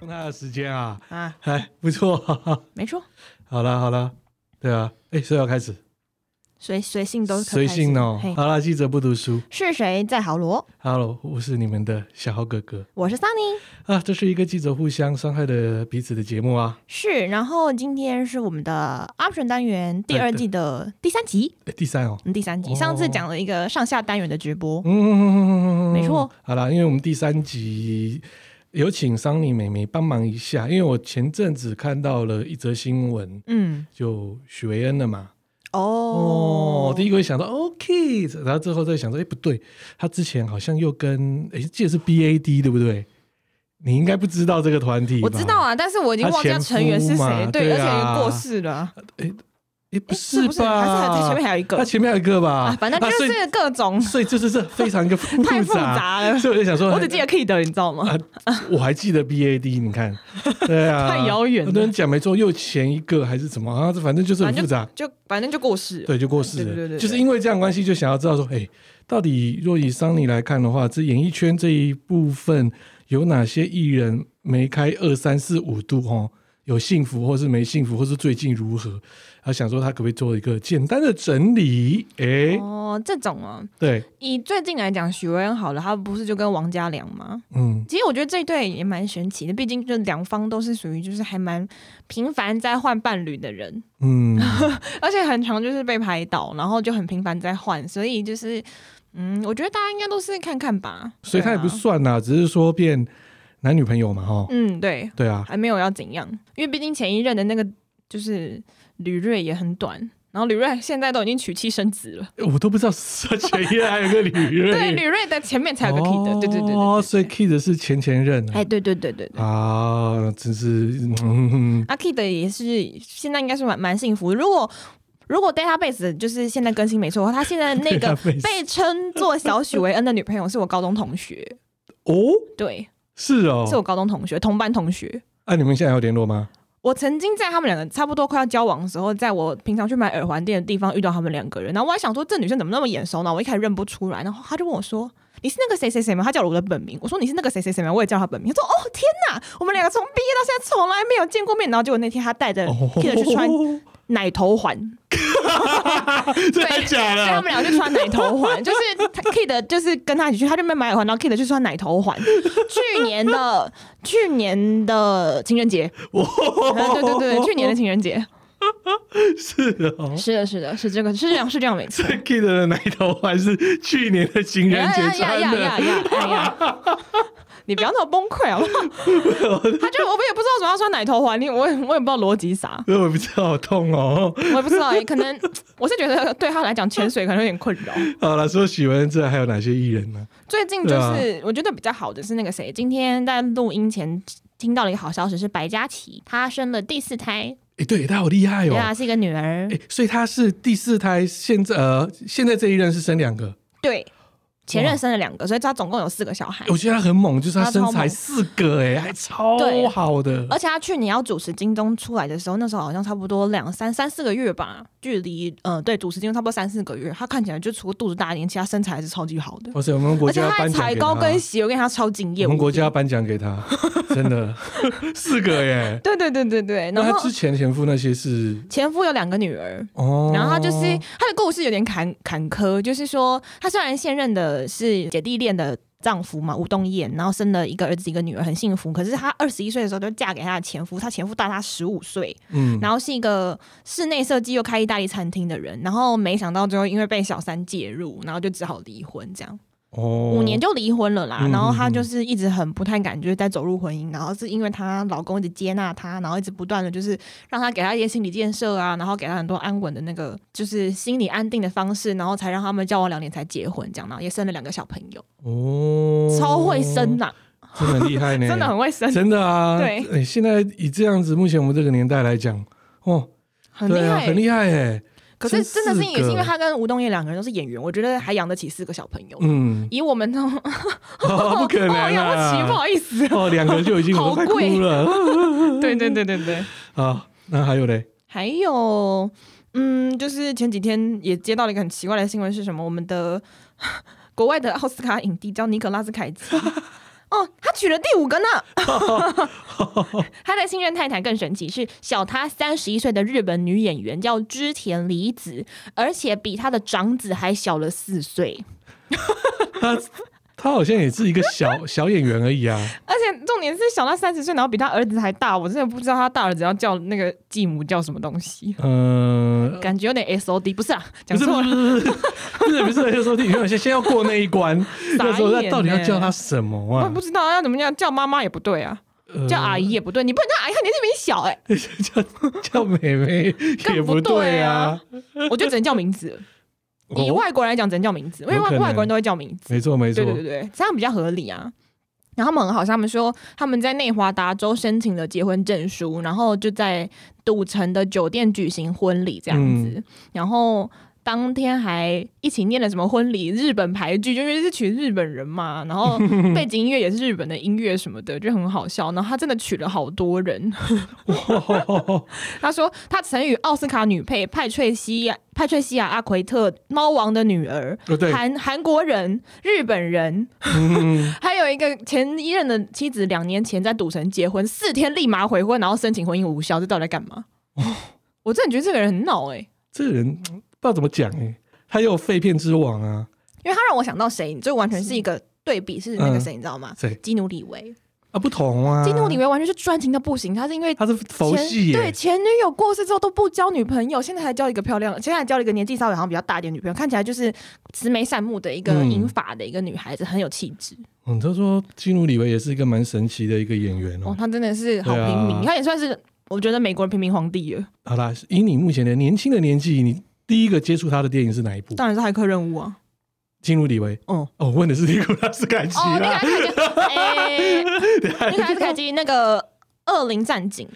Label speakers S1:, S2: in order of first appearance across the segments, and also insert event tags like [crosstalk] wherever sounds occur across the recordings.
S1: 用他的时间啊，
S2: 啊，
S1: 还不错、 [laughs] 啊。
S2: 没错，
S1: 好了好了，对啊，哎，所以要开始，
S2: 随随性都可
S1: 随
S2: 开
S1: 性
S2: 始
S1: 哦
S2: 嘿。
S1: 好了，记者不读书。
S2: 是谁在豪罗？
S1: Hello，我是你们的小豪哥哥
S2: 我是 Sunny，
S1: 啊，这是一个记者互相伤害的彼此的节目啊。
S2: 是。然后今天是我们的 option 单元第
S1: 对
S2: 二
S1: 对
S2: 季的第三集，
S1: 哎，第三哦，
S2: 嗯，第三集。
S1: 哦
S2: 上次讲了一个上下单元的直播，
S1: 嗯，
S2: 没错。
S1: 好啦，因为我们第三集有请桑尼妹妹帮忙一下，因为我前阵子看到了一则新闻，
S2: 嗯，
S1: 就许维恩的嘛。哦
S2: 哦，，
S1: 第一个会想到 OK，然后之后再想说，哎，不对，他之前好像又跟哎，记得是 BAD 对不对？你应该不知道这个团体，
S2: 我知道。啊，但是我已经忘记他成员是
S1: 他前夫
S2: 谁
S1: 嘛，
S2: 对，
S1: 对
S2: 而且
S1: 啊
S2: 也过世了，
S1: 哎，不
S2: 诶是不是？
S1: 吧？
S2: 还是还在前面还有一
S1: 他
S2: 个
S1: 前面还有一个吧？
S2: 啊？反正就
S1: 啊所以
S2: 是各种
S1: 所以这就是这非常一个复杂，
S2: [laughs] 太复杂了，
S1: 所以我就想说，
S2: 我只记得 Kid，你知道吗？
S1: 啊，我还记得 BAD，你看，对啊，
S2: 太遥远了
S1: 很多人讲没错，又前一个还是什么啊？这反正就是很复杂，
S2: 就反正就过世了，
S1: 对，就过世了。
S2: 对对对对
S1: 就是因为这样的关系，就想要知道说，哎，到底若以桑尼来看的话，这演艺圈这一部分有哪些艺人梅开二三四五度哦？有幸福，或是没幸福，或是最近如何？他想说，他可不可以做一个简单的整理？哎、
S2: 哦，这种啊，
S1: 对，
S2: 以最近来讲，许维恩好了，他不是就跟王家良吗？
S1: 嗯，
S2: 其实我觉得这一对也蛮神奇的，毕竟就两方都是属于就是还蛮频繁在换伴侣的人， [laughs]
S1: 嗯，
S2: 而且很常就是被拍到，然后就很频繁在换，所以就是嗯，我觉得大家应该都是看看吧。
S1: 所以他也不
S2: 对啊
S1: 算呐、只是说变男女朋友嘛，哈、
S2: 嗯，对，
S1: 对啊，
S2: 还没有要怎样，因为毕竟前一任的那个就是吕瑞也很短，然后吕瑞现在都已经娶妻生子了。
S1: 我都不知道是 [laughs] 前任还有个女人，
S2: 对，吕瑞的前面才有个 key 的，对对对对
S1: 哦，
S2: 对
S1: 所以 Kid 是前前任啊
S2: 哎，对对对对对。
S1: 啊，真是，嗯，
S2: 阿 Kid 也是现在应该是蛮蛮幸福。如果如果 database 就是现在更新没错，他现在那个
S1: [laughs] Database
S2: 被称作小许维恩的女朋友是我高中同学，
S1: 哦，
S2: 对，
S1: 是
S2: 是我
S1: 哦，
S2: 高中同学，同班同学。
S1: 那、你们现在有联络吗？
S2: 我曾经在他们两个差不多快要交往的时候，在我平常去买耳环店的地方遇到他们两个人，然后我还想说这女生怎么那么眼熟呢？我一开始认不出来，然后他就问我说：“你是那个谁谁谁吗？”他叫了我的本名，我说：“你是那个谁谁谁吗？”我也叫他本名。他说：“哦天哪，我们两个从毕业到现在从来没有见过面。”然后结果那天他带着
S1: 哦
S2: Kid 去穿奶头环，
S1: [laughs] 真的假
S2: 所以他
S1: 的？
S2: 们俩就穿奶
S1: [laughs]
S2: 头环，就是他 Kid 就是跟他一起去，他就没买耳环，然后 Kid 就穿奶
S1: [laughs]
S2: 头环。去年的去年的情人节，呃对对对，去年的情人节，
S1: 是哦。
S2: 是的，是的，是这个，是这样，是这样，没错
S1: 所以。Kid 的奶头环是去年的情人节穿
S2: 呀
S1: 的，
S2: 呀呀哎呀！你不要那么崩溃好不好？他就我们也不知道为什么要穿奶头环，你我也我也不知道逻辑啥，
S1: 所以我不知道，好痛哦。
S2: 我也不知道、哎可能我是觉得对他来讲潜水可能有点困扰。
S1: 好了，说许文这还有哪些艺人呢？
S2: 最近就是
S1: 啊
S2: 我觉得比较好的是那个谁，今天在录音前听到了一个好消息，是白嘉琪她生了第四胎，
S1: 哎，对，他好厉害哦
S2: 对。啊，是一个女儿
S1: 哎、，所以他是第四胎，现在呃，现在这一任是生两个，
S2: 对，前任
S1: 哇
S2: 生了两个，所以她总共有四个小孩。
S1: 我觉得他很猛，就是他
S2: 哎他超
S1: 身
S2: 猛
S1: 材四个、哎，还超
S2: 对
S1: 好的，
S2: 而且他去年要主持金钟出来的时候，那时候好像差不多两三三四个月吧，距离呃对主持金钟差不多三四个月。他看起来就除了肚子大一点，其他身材还是超级好的，
S1: 而且我们国
S2: 而且
S1: 家
S2: 他还
S1: 颁奖
S2: 踩
S1: 给
S2: 高跟
S1: 他，
S2: 鞋，我跟他超敬业。
S1: 我们国
S2: 无
S1: 家
S2: 敌
S1: 颁奖给他，真的四个耶、
S2: 对对对对对，
S1: 那
S2: [laughs] 然
S1: 他
S2: 后
S1: 之前前夫那些是
S2: 前夫有两个女儿。
S1: 哦，
S2: 然后他就是他的故事有点坎坎坷，就是说他虽然现任的是姐弟恋的丈夫嘛，吴东彦，然后生了一个儿子一个女儿，很幸福。可是她二十一岁的时候就嫁给她的前夫，她前夫大她十五岁，
S1: 嗯，
S2: 然后是一个室内设计又开意大利餐厅的人，然后没想到最后因为被小三介入，然后就只好离婚，这样
S1: 哦
S2: 五年就离婚了啦。
S1: 嗯
S2: 然后她就是一直很不太敢，就是在走入婚姻，然后是因为她老公一直接纳她，然后一直不断的就是让她给她一些心理建设啊，然后给她很多安稳的那个就是心理安定的方式，然后才让他们交往两年才结婚，这样，然后也生了两个小朋友，
S1: 哦，
S2: 超会生，呐、
S1: 真的很厉害呢，
S2: [laughs] 真的很会生，
S1: 真的啊，
S2: [laughs] 对
S1: 哎现在以这样子，目前我们这个年代来讲，哦，
S2: 很厉
S1: 对啊，
S2: 害、欸
S1: 很厉害哎，
S2: 可是真的
S1: 生
S2: 是
S1: 四
S2: 也是因为
S1: 个
S2: 她跟吴东烨两个人都是演员，我觉得还养得起四个小朋友。 [laughs]
S1: 嗯，
S2: 以我们那种，
S1: 哦不可能
S2: [laughs] 哦，养不起，
S1: 啊
S2: 不好意
S1: [laughs]
S2: 思。
S1: 哦，两个就已经我
S2: 好
S1: 都快
S2: 贵
S1: 哭了
S2: [laughs] 对对对对对，
S1: 啊。那还有嘞，
S2: 还有，嗯，就是前几天也接到了一个很奇怪 [laughs] 的新闻，是什么？我们的国外的奥斯卡影帝叫尼可拉斯凯奇。哦，他娶了第
S1: [laughs]
S2: 五个呢。他的新任太太更神奇，是小他三十一岁的日本女演员，叫织田梨子，而且比他的长子还小了四岁。
S1: 他他好像也是一个小小演员而已啊。
S2: 而且重点是小他三十岁，然后比他儿子还大，我真的不知道他大儿子要叫那个继母叫什么东西，
S1: 嗯、
S2: 感觉有点 S O D。不是啊，
S1: 不
S2: 讲
S1: 是
S2: 错
S1: 不
S2: 了。
S1: 是不是不是不是，那时候你原本先先要过那一关，那时候他到底要叫他什么
S2: 我也
S1: 啊
S2: 不？知道要怎么样叫妈妈也不对啊，
S1: 呃
S2: 叫阿姨也不对，你不能叫阿姨，她年纪比你小哎、
S1: [laughs] 叫叫妹妹也
S2: 更不
S1: 对
S2: 对啊。我就只能叫名字了。以
S1: 哦
S2: 外国人来讲，只能叫名字，因为
S1: 有可
S2: 外
S1: 能
S2: 外国人都会叫名字。
S1: 没错没错
S2: 对对，对对，这样比较合理啊。然后他们很好笑，他们说他们在内华达州申请了结婚证书，然后就在赌城的酒店举行婚礼这样子，
S1: 嗯
S2: 然后。当天还一起念了什么婚礼日本牌剧，就因为是娶日本人嘛，然后背景音乐也是日本的音乐什么的，就很好笑。然后他真的娶了好多人，
S1: 哇
S2: 他说他曾与奥斯卡女配派翠西亚、派翠西亚阿奎特、猫王的女儿、
S1: 不对，
S2: 韩韩国人、日本人，
S1: 嗯，
S2: 还有一个前一任的妻子，两年前在赌城结婚，四天立马悔婚，然后申请婚姻无效，这到底在干嘛？
S1: 哦
S2: 我真的觉得这个人很闹哎、
S1: 这个人不知道怎么讲哎，他又有废片之王啊，
S2: 因为他让我想到谁，这完全是一个对比，是那个谁，你知道吗？
S1: 嗯谁
S2: 基努里维，
S1: 啊不同啊，
S2: 基努里维完全是专情到不行，他是因为。
S1: 他是佛系
S2: 前对
S1: 耶，
S2: 前女友过世之后都不交女朋友，现在还交一个漂亮，现在还交了一个年纪稍微好像比较大一点的女朋友，看起来就是慈眉善目的一个
S1: 嗯
S2: 银发的一个女孩子，很有气质。
S1: 嗯，他说基努里维也是一个蛮神奇的一个演员
S2: 哦
S1: 哦，。
S2: 她真的是好平民，
S1: 对啊
S2: 她也算是我觉得美国人平民皇帝了。
S1: 好啦，以你目前的年轻的年纪，你第一个接触他的电影是哪一部？
S2: 当然是骇客任务啊！
S1: 基努里维。
S2: 哦
S1: 哦，问的是尼古拉斯凯奇啊
S2: 哦，那个
S1: 啦。
S2: 还是哎，
S1: [laughs]
S2: 那个还是凯基那个恶灵战警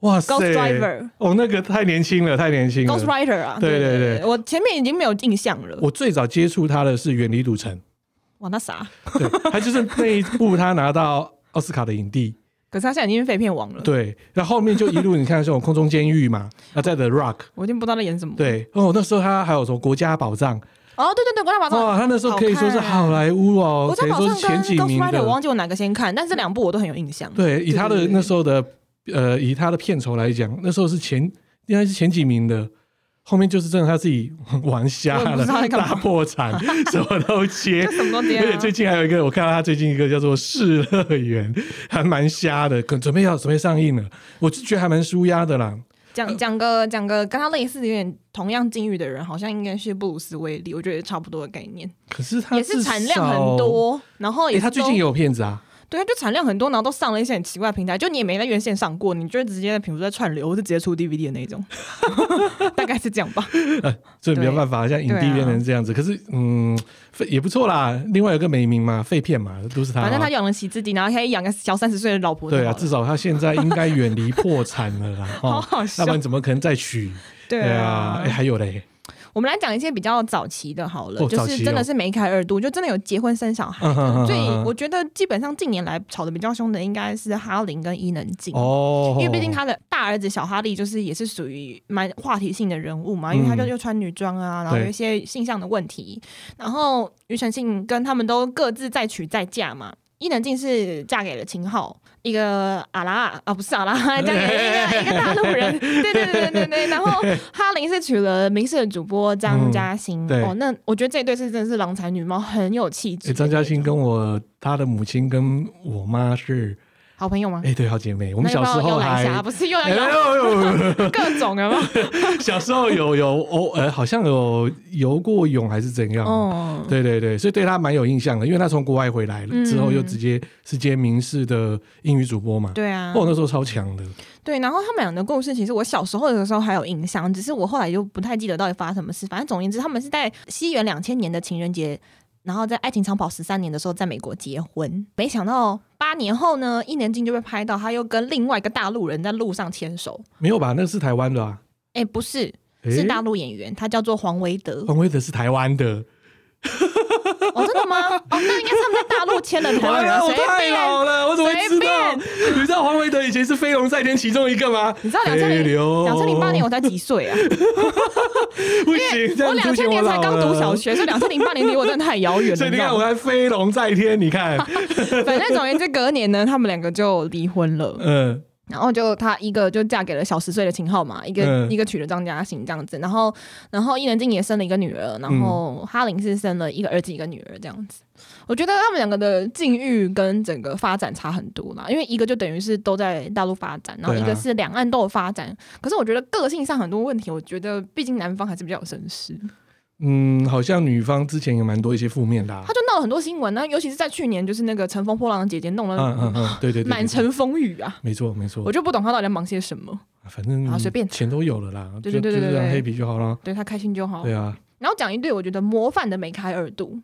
S1: 哇塞
S2: Ghost Driver
S1: 哦，那个太年轻了，太年轻
S2: Ghost
S1: 了。
S2: Rider 啊！
S1: 对对对，
S2: 我前面已经没有印象了。
S1: 我最早接触他的是《远离赌
S2: [laughs]
S1: 城
S2: 哇，那啥？》，
S1: 对，他就是那一部他拿到奥斯卡的影帝。
S2: 可是他现在已经是废片王了，
S1: 对，然后后面就一路你看像《空中监狱》嘛，啊，在 The Rock。
S2: 我已经不知道他在演什么。
S1: 对，哦，那时候他还有什么《国家宝藏》
S2: 哦，对对对，国家宝藏。
S1: 哇，他那时候可以说是
S2: 好看
S1: 好莱坞哦
S2: 国，
S1: 可
S2: 家
S1: 以
S2: 宝
S1: 说是
S2: 藏
S1: 前
S2: 跟
S1: 几
S2: Ghost
S1: 名
S2: Rider
S1: 的
S2: 我。忘记我哪个先看，但是这两部我都很有印
S1: [laughs]
S2: 象。
S1: 对，以他
S2: 对
S1: 的
S2: 对对
S1: 那时候的呃，以他的片酬来讲，那时候是前应该是前几名的，后面就是真的他自己玩瞎
S2: 我也不
S1: 了
S2: 知道他在，干嘛
S1: 大破产，
S2: [laughs]
S1: 什么都接
S2: 就。什么啊都这
S1: 而且
S2: 样。
S1: 最近还有一个，我看到他最近一个叫做《世乐园》，还蛮瞎的，可准备要准备上映了，我就觉得还蛮舒压的啦。 [laughs]
S2: 讲讲个讲个跟他类似、有点同样境遇的人，好像应该是布鲁斯威利，我觉得差不多的概念，
S1: 可是他
S2: 也是
S1: 至
S2: 产量
S1: 少
S2: 很，多，然后
S1: 哎、
S2: 也是
S1: 他最近
S2: 都
S1: 也有片子啊，
S2: 对啊，就产量很多，然后都上了一些很奇怪的平台，就你也没在院线上过，你就直接在比如说在串流，或是直接出 DVD 的
S1: [laughs]
S2: 那种，大概是这样吧。
S1: 所以没有办法，像影帝
S2: 对啊
S1: 变成这样子。可是嗯，废也不错啦。另外有个美名嘛，废片嘛，都是他啊、
S2: 反正他养了喜自己，然后可以养个小三十岁的老婆就好
S1: 对
S2: 了，
S1: 啊，至少他现在应该远离破产了
S2: [laughs]
S1: 啦，
S2: 好
S1: 哦，
S2: 好
S1: 要
S2: 笑
S1: 不。然怎么可能再娶？
S2: 对
S1: 对啊，哎还有嘞，
S2: 我们来讲一些比较早期的好了，
S1: 哦
S2: 就
S1: 早期
S2: 是
S1: 哦
S2: 真的是梅开二度，就真的有结婚生小孩。
S1: 嗯哼哼
S2: 所以
S1: 哼
S2: 我觉得基本上近年来吵得比较凶的应该是哈林跟伊能静。
S1: 哦，
S2: 因为毕竟他的大儿子小哈利就是也是属于蛮话题性的人物嘛，因为他就
S1: 嗯
S2: 又穿女装啊，然后
S1: 对
S2: 有一些性向的问题，然后庾澄庆跟他们都各自再娶再嫁嘛。伊能静是嫁给了秦昊，一个阿拉啊，不是阿拉，嫁给了一个一个大陆人，对对对对对对。然后哈林是娶了民视的主播张嘉
S1: 嗯
S2: 欣，
S1: 对
S2: 哦，那我觉得这一对是真的是郎才女貌，很有气质
S1: 哎
S2: 的那
S1: 张
S2: 种。
S1: 嘉欣跟我他的母亲跟我妈是
S2: 好朋友吗？
S1: 哎对好姐妹，我们
S2: 嗯那要
S1: 小
S2: 不要
S1: 时候
S2: 又来一
S1: 还
S2: 下，不是又要
S1: 哎呦 [laughs]
S2: 要
S1: 呦呦呦
S2: 各种了吗？
S1: [laughs] 小时候有有偶尔好像有游过泳还是怎样。
S2: 哦，
S1: 对对对，所以对他蛮有印象的，因为他从国外回来了之后，
S2: 嗯
S1: 又直接是接民视的英语主播嘛，
S2: 对啊，
S1: 哦，那时候超强的，
S2: 对，然后他们俩的故事，其实我小时候的时候还有印象，只是我后来就不太记得到底发生什么事。反正总而言之，他们是在西元两千年的情人节，然后在爱情长跑十三年的时候在美国结婚。没想到八年后呢，伊能静就被拍到，她又跟另外一个大陆人在路上牵手。
S1: 没有吧？那是台湾的啊，
S2: 哎，不是，
S1: 哎
S2: 是大陆演员，他叫做黄维德。
S1: 黄威德是台湾的，
S2: 哦，真的吗？哦，那应该是他们在大陆签了啊台湾人，
S1: 我
S2: 随
S1: 哎太
S2: 便。
S1: 老了，我怎么会知道？你知道黄维德以前是飞龙在天其中一个吗？哎
S2: 你知道两千
S1: 飞
S2: 零
S1: 流
S2: 两千零八年我才几岁啊？
S1: 不行，这
S2: 我
S1: 样
S2: 两
S1: 出 [laughs] 现
S2: 千年才
S1: 老
S2: 刚读
S1: 了
S2: 小。学，所以两千零八年离我真的太遥远
S1: [laughs]
S2: 了。
S1: 所以你
S2: 知道
S1: 看，
S2: 吗
S1: 我还飞龙在天，你
S2: [laughs]
S1: 看，
S2: 反正总而言之，隔年呢，他们两个就离婚了。
S1: 嗯
S2: 然后就她一个就嫁给了小十岁的秦昊嘛，一个、
S1: 嗯
S2: 一个娶了张嘉欣这样子。然后，然后伊能静也生了一个女儿，然
S1: 嗯
S2: 后哈林是生了一个儿子一个女儿这样子。我觉得他们两个的境遇跟整个发展差很多啦，因为一个就等于是都在大陆发展，然后
S1: 对
S2: 一
S1: 啊
S2: 个是两岸都有发展。可是我觉得个性上很多问题，我觉得毕竟男方还是比较有绅士。
S1: 嗯，好像女方之前也蛮多一些负面的啊、
S2: 他就闹了很多新闻呢，尤其是在去年，就是那个乘风破浪的姐姐弄了
S1: 嗯嗯嗯，对对对对，
S2: 满城风雨啊，
S1: 没错没错
S2: 我，就不懂他到底在忙些什么。
S1: 反正
S2: 啊随便
S1: 钱都有了啦，
S2: 对
S1: 就
S2: 对对对
S1: 就是
S2: 对
S1: 让黑皮就好了。
S2: 对他开心就好。
S1: 对啊，
S2: 然后讲一对我觉得模范的梅开二度，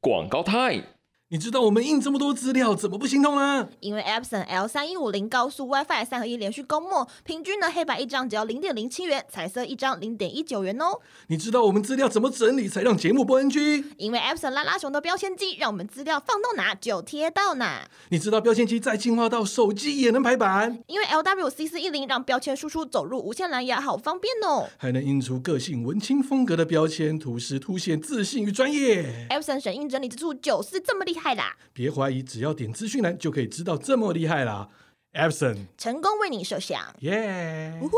S3: 广告 time，
S1: 你知道我们印这么多资料，怎么不心痛呢？
S4: 因为 Epson L 三一五零高速 WiFi 三合一连续供墨，平均呢黑白一张只要零点零七元，彩色一张零点一九元哦。
S1: 你知道我们资料怎么整理才让节目不 NG？
S4: 因为 Epson 拉拉熊的标签机，让我们资料放到哪就贴到哪。
S1: 你知道标签机再进化到手机也能排版，
S4: 因为 LWC 四一零让标签输出走入无线蓝牙，好方便哦。
S1: 还能印出个性文青风格的标签图示，凸显自信与专业。
S4: Epson 神印整理之处就是这么厉害啦，
S1: 别怀疑，只要点资讯栏就可以知道这么厉害啦。Epson，
S4: 成功为你设想。
S1: 耶、
S4: 呜呼！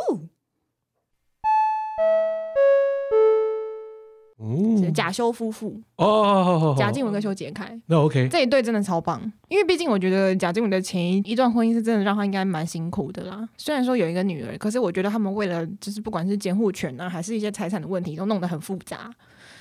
S2: 是
S1: 哦
S2: 贾修夫妇，
S1: 哦，
S2: 贾静雯跟修杰楷
S1: 那 OK，
S2: 这一对真的超棒，因为毕竟我觉得贾静雯的前一一段婚姻是真的让她应该蛮辛苦的啦。虽然说有一个女儿，可是我觉得他们为了就是不管是监护权啊，还是一些财产的问题，都弄得很复杂，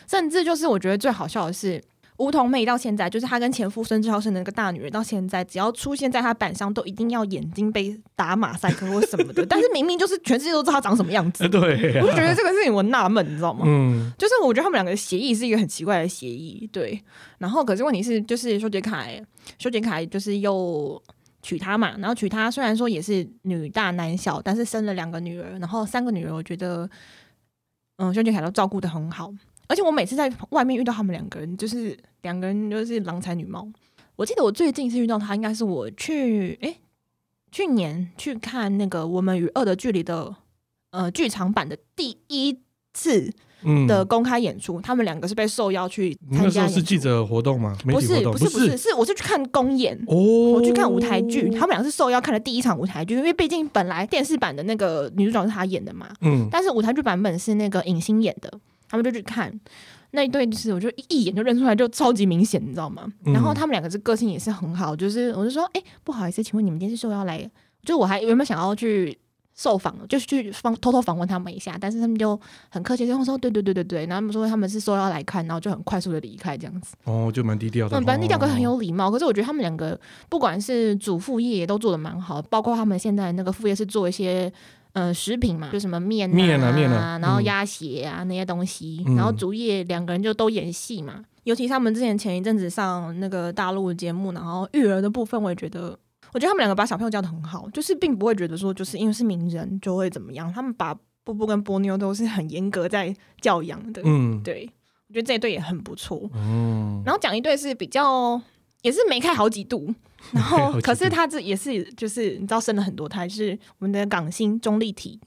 S2: 甚至就是我觉得最好笑的是。梧桐妹到现在，就是她跟前夫孙志浩生的那个大女人，到现在只要出现在她板上，都一定要眼睛被打马赛克或什么的。但 [laughs] 是明明就是全世界都知道她长什么样子
S1: 呃，对、
S2: [laughs] 我就
S1: 啊，
S2: 觉得这个事情我纳闷，你知道吗？
S1: 嗯，
S2: 就是我觉得他们两个的协议是一个很奇怪的协议，对。然后可是问题是，就是修杰楷，修杰楷就是又娶她嘛，然后娶她虽然说也是女大男小，但是生了两个女儿，然后三个女儿，我觉得，嗯，修杰楷都照顾的很好。而且我每次在外面遇到他们两个人，就是两个人就是郎才女貌。我记得我最近是遇到他，应该是我去诶、去年去看那个《我们与恶的距离》的呃剧场版的第一次
S1: 嗯
S2: 的公开演出，他们两个是被受邀去
S1: 你
S2: 参
S1: 那时
S2: 加演
S1: 候
S2: 出。
S1: 是记者活动吗？媒
S2: 不
S1: 体活
S2: 是
S1: 动
S2: 不是不是，是我是去看公演。
S1: 哦，
S2: 我去看舞台剧，他们俩是受邀看的第一场舞台剧，因为毕竟本来电视版的那个女主角是她演的嘛，
S1: 嗯，
S2: 但是舞台剧版本是那个影星演的，他们就去看那一对，就是我就一眼就认出来，就超级明显，你知道吗？
S1: 嗯
S2: 然后他们两个是个性也是很好，就是我就说，哎、不好意思，请问你们今天是受邀来？就我还原本想要去受访，就是去访偷偷访问他们一下，但是他们就很客气，就说对对对对对，然后他们说他们是受邀来看，然后就很快速的离开这样子。
S1: 哦，就蛮低调的，
S2: 嗯，反正低调哥很
S1: 哦，
S2: 有礼貌，可是我觉得他们两个不管是主副业也都做的蛮好，包括他们现在那个副业是做一些。呃，食品嘛，就什么面、
S1: 面
S2: 啊
S1: 啊面啊
S2: 然后
S1: 嗯
S2: 鸭血啊、那些东西，
S1: 嗯
S2: 然后主业两个人就都演戏嘛。尤其他们之前前一阵子上那个大陆的节目，然后育儿的部分，我也觉得，我觉得他们两个把小朋友教的很好，就是并不会觉得说就是因为是名人就会怎么样，他们把布布跟波妞都是很严格在教养的。
S1: 嗯，
S2: 对，我觉得这一对也很不错。
S1: 嗯，
S2: 然后讲一对是比较也是没开好几度，
S1: [laughs]
S2: 然
S1: 没开好
S2: 后
S1: 几度
S2: 可是他这也是就是你知道生了很多胎，是我们的港星钟丽缇，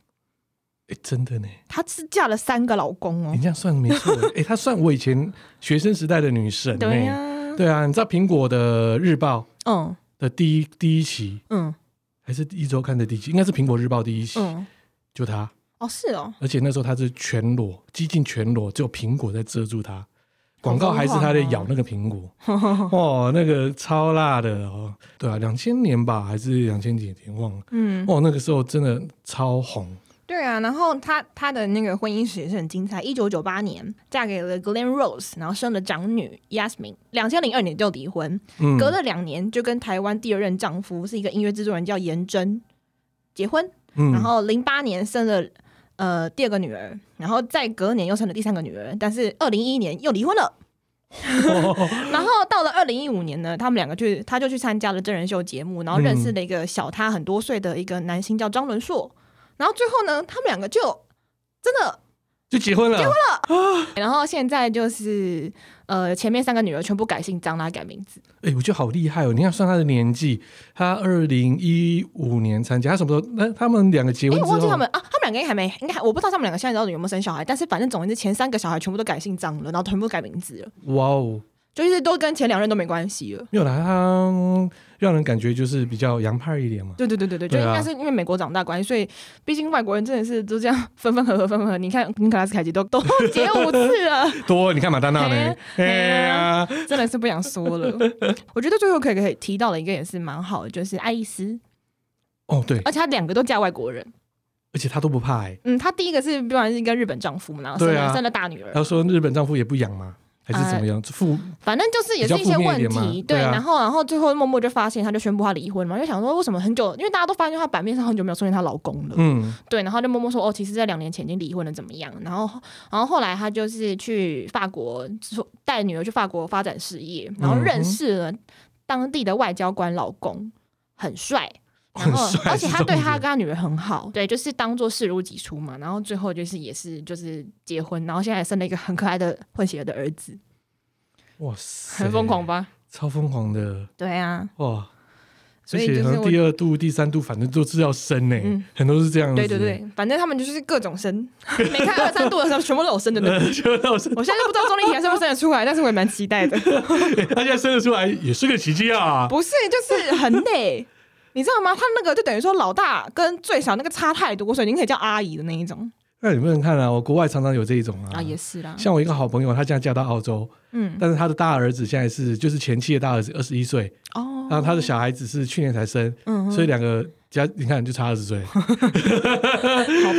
S1: 哎，真的呢，
S2: 她是嫁了三个老公哦
S1: 你，这样算没错，
S2: [laughs]
S1: 哎，她算我以前学生时代的女神，
S2: 对呀、
S1: 呢。对啊，你知道苹果的日报
S2: 嗯
S1: 的第一第一期
S2: 嗯
S1: 还是一周刊的第一期，应该是苹果日报第一期，
S2: 嗯，
S1: 就她，
S2: 哦是哦，
S1: 而且那时候她是全裸，几近全裸，只有苹果在遮住她。广告
S2: 好疯
S1: 还是她在
S2: 狂哦
S1: 咬那个苹果，哦，那个超辣的哦，对啊，两千年吧，还是两千几年忘了，
S2: 嗯
S1: 哦，那个时候真的超红，
S2: 对啊，然后她她的那个婚姻史也是很精彩。一九九八年嫁给了 Glen Rose，然后生了长女 Yasmin。两千零二年就离婚，
S1: 嗯，
S2: 隔了两年就跟台湾第二任丈夫是一个音乐制作人叫颜真结婚，
S1: 嗯
S2: 然后零八年生了呃第二个女儿，然后再隔年又生了第三个女儿，但是二零一一年又离婚了。然后到了二零一五年呢，他们两个去，他就去参加了真人秀节目，然后认识了一个小他很多岁的一个男星叫张伦硕。然后最后呢，他们两个就真的
S1: 就结婚了，结婚了，
S2: 然后现在就是呃，前面三个女儿全部改姓张啦，改名字。
S1: 哎、我觉得好厉害哦！你看算他的年纪，他二零一五年参加，他什么时候？那他们两个结
S2: 哎、
S1: 婚之
S2: 我
S1: 后，
S2: 忘记他们啊，他们两个应该还没，应该还我不知道他们两个现在到底有没有生小孩，但是反正总而言之，前三个小孩全部都改姓张了，然后全部都改名字了，
S1: 哇哦，
S2: 就是都跟前两任都没关系了。
S1: 没有啦，他让人感觉就是比较洋派一点嘛。
S2: 对对对对对，就
S1: 对
S2: 应
S1: 啊
S2: 该是因为美国长大关系，所以毕竟外国人真的是都这样分分合合分分合合。你看尼可拉斯凯奇都 [laughs] 都结五次
S1: [laughs]
S2: 了，
S1: 多，你看马丹娜呢？啊哎
S2: 嘿啊
S1: 呀，
S2: 真的是不想说了。 [laughs] 我觉得最后可以可以提到的一个也是蛮好的，就是爱丽丝，
S1: 哦对，
S2: 而且她两个都嫁外国人。
S1: 而且她都不怕哎、
S2: 嗯，她第一个是不然是一个日本丈夫嘛，然后生
S1: 对
S2: 了、
S1: 啊
S2: 生了大女儿
S1: 她，说日本丈夫也不养嘛，还是怎么
S2: 哎
S1: 样？父
S2: 反正就是也是一
S1: 比较
S2: 些
S1: 负面
S2: 问
S1: 一点嘛
S2: 题，
S1: 对啊
S2: 然后然后最后默默就发现，她就宣布她离婚嘛，就想说为什么很久，因为大家都发现她版面上很久没有出现她老公了，
S1: 嗯，
S2: 对，然后就默默说哦，其实在两年前已经离婚了，怎么样？然后然后后来她就是去法国，说带女儿去法国发展事业，然后
S1: 嗯哼
S2: 认识了当地的外交官老公，
S1: [laughs]
S2: 很帅。然
S1: 很
S2: 后，
S1: 帅，
S2: 而且他
S1: 是这
S2: 对
S1: 种
S2: 他
S1: 人
S2: 跟他女儿很好，对，就是当做视如己出嘛。然后最后就是也是就是结婚，然后现在还生了一个很可爱的混血儿的儿子，
S1: 哇塞，
S2: 很疯狂，吧？
S1: 超疯狂的
S2: 对啊，
S1: 哇！
S2: 所以就
S1: 而且
S2: 是
S1: 好像
S2: 我
S1: 第二度、第三度，反正都是要生呢、欸
S2: 嗯
S1: 很多是这样子，
S2: 对对对，反正他们就是各
S1: [laughs]
S2: 种生，每看二三度的时候全部都有生的那种。
S1: 呃， [laughs] 就要生，
S2: 我现在都不知道钟丽缇生不生得出来，但是我也蛮期待的。
S1: 他现在生得出来也是个奇迹啊！
S2: 不是，就是很累，你知道吗？他那个就等于说老大跟最小那个差太多，所以你可以叫阿姨的那一种
S1: 那你不能看啊，我国外常常有这一种啊，
S2: 啊，也是啦。
S1: 像我一个好朋友，他现在嫁到澳洲，
S2: 嗯，
S1: 但是他的大儿子现在是就是前妻的大儿子，二十一岁，
S2: 哦，
S1: 然后他的小孩子是去年才生，
S2: 嗯，
S1: 所以两个加你看就差二十
S2: [laughs]
S1: 岁，
S2: 好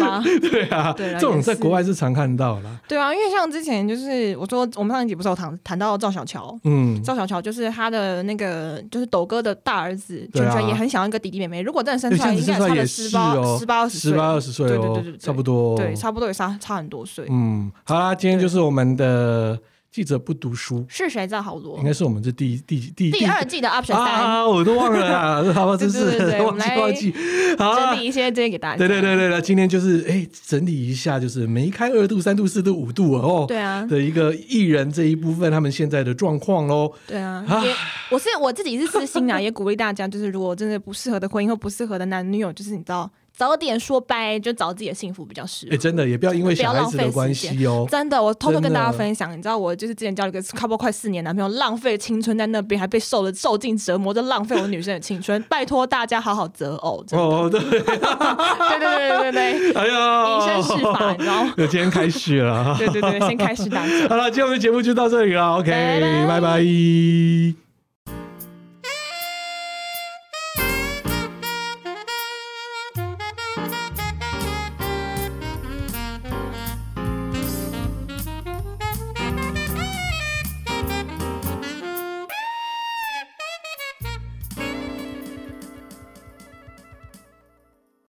S2: 吧。
S1: 对啊，
S2: 对
S1: 这
S2: 啦
S1: 种
S2: 也
S1: 在
S2: 是
S1: 国外是常看到啦，
S2: 对啊，因为像之前就是我说，我们上一集不是有谈谈到赵小乔，
S1: 嗯，
S2: 赵小乔就是她的那个就是斗哥的大儿子，
S1: 对
S2: 全
S1: 啊
S2: 全也很想要一个弟弟妹妹。如果真的生
S1: 对
S2: 出
S1: 这
S2: 来，
S1: 样子
S2: 应
S1: 生
S2: 该
S1: 出来
S2: 差
S1: 也
S2: 了
S1: 是
S2: 十八
S1: 哦，
S2: 十八二
S1: 十
S2: 十
S1: 八
S2: 岁，
S1: 二十岁
S2: 对对
S1: 哦
S2: 对对，对
S1: 差不多，
S2: 对，差不多也差差很多岁。
S1: 嗯，好啦，今天就是我们的记者不读书，
S2: 是谁在好罗
S1: 应？该是我们这第第第
S2: 第二季的 option 三，
S1: 啊，我都忘了
S2: [laughs]
S1: 啦，好吧，真是
S2: 对对对
S1: [laughs] 忘记
S2: 我们来
S1: 忘记，好啊
S2: 整理一些这些给大家。
S1: 对对对对对，今天就是哎，整理一下，就是梅开二度、三度、四度、五度哦，
S2: 对啊
S1: 的一个艺人这一部分他们现在的状况喽。
S2: 对啊
S1: 唉，
S2: 也我是我自己是私心啊，也鼓励大家，就是如果真的不适合的婚姻或不适合的男女友，就是你知道早点说拜，就找自己的幸福比较适合
S1: 哎，。真的也不要因为
S2: 不要
S1: 小孩
S2: 浪
S1: 子
S2: 费
S1: 的
S2: 时
S1: 关
S2: 间
S1: 系哦，
S2: 真的，我偷偷
S1: 真
S2: 跟
S1: 的
S2: 大家分享，你知道我就是之前交了一个差不多快四年男朋友，浪费青春在那边，还被受了受尽折磨，这浪费我女生的
S1: [laughs]
S2: 青春。拜托大家好好择偶，真的
S1: 哦，对，
S2: 对对对对对
S1: 哎呀，
S2: 以身试法你
S1: [laughs]
S2: 知道吗
S1: 对今天开始了，
S2: 对对对对，先开始打折。
S1: 好了，今天我们的节目就到这里了，OK，
S2: 拜
S1: 拜
S2: 拜
S1: 拜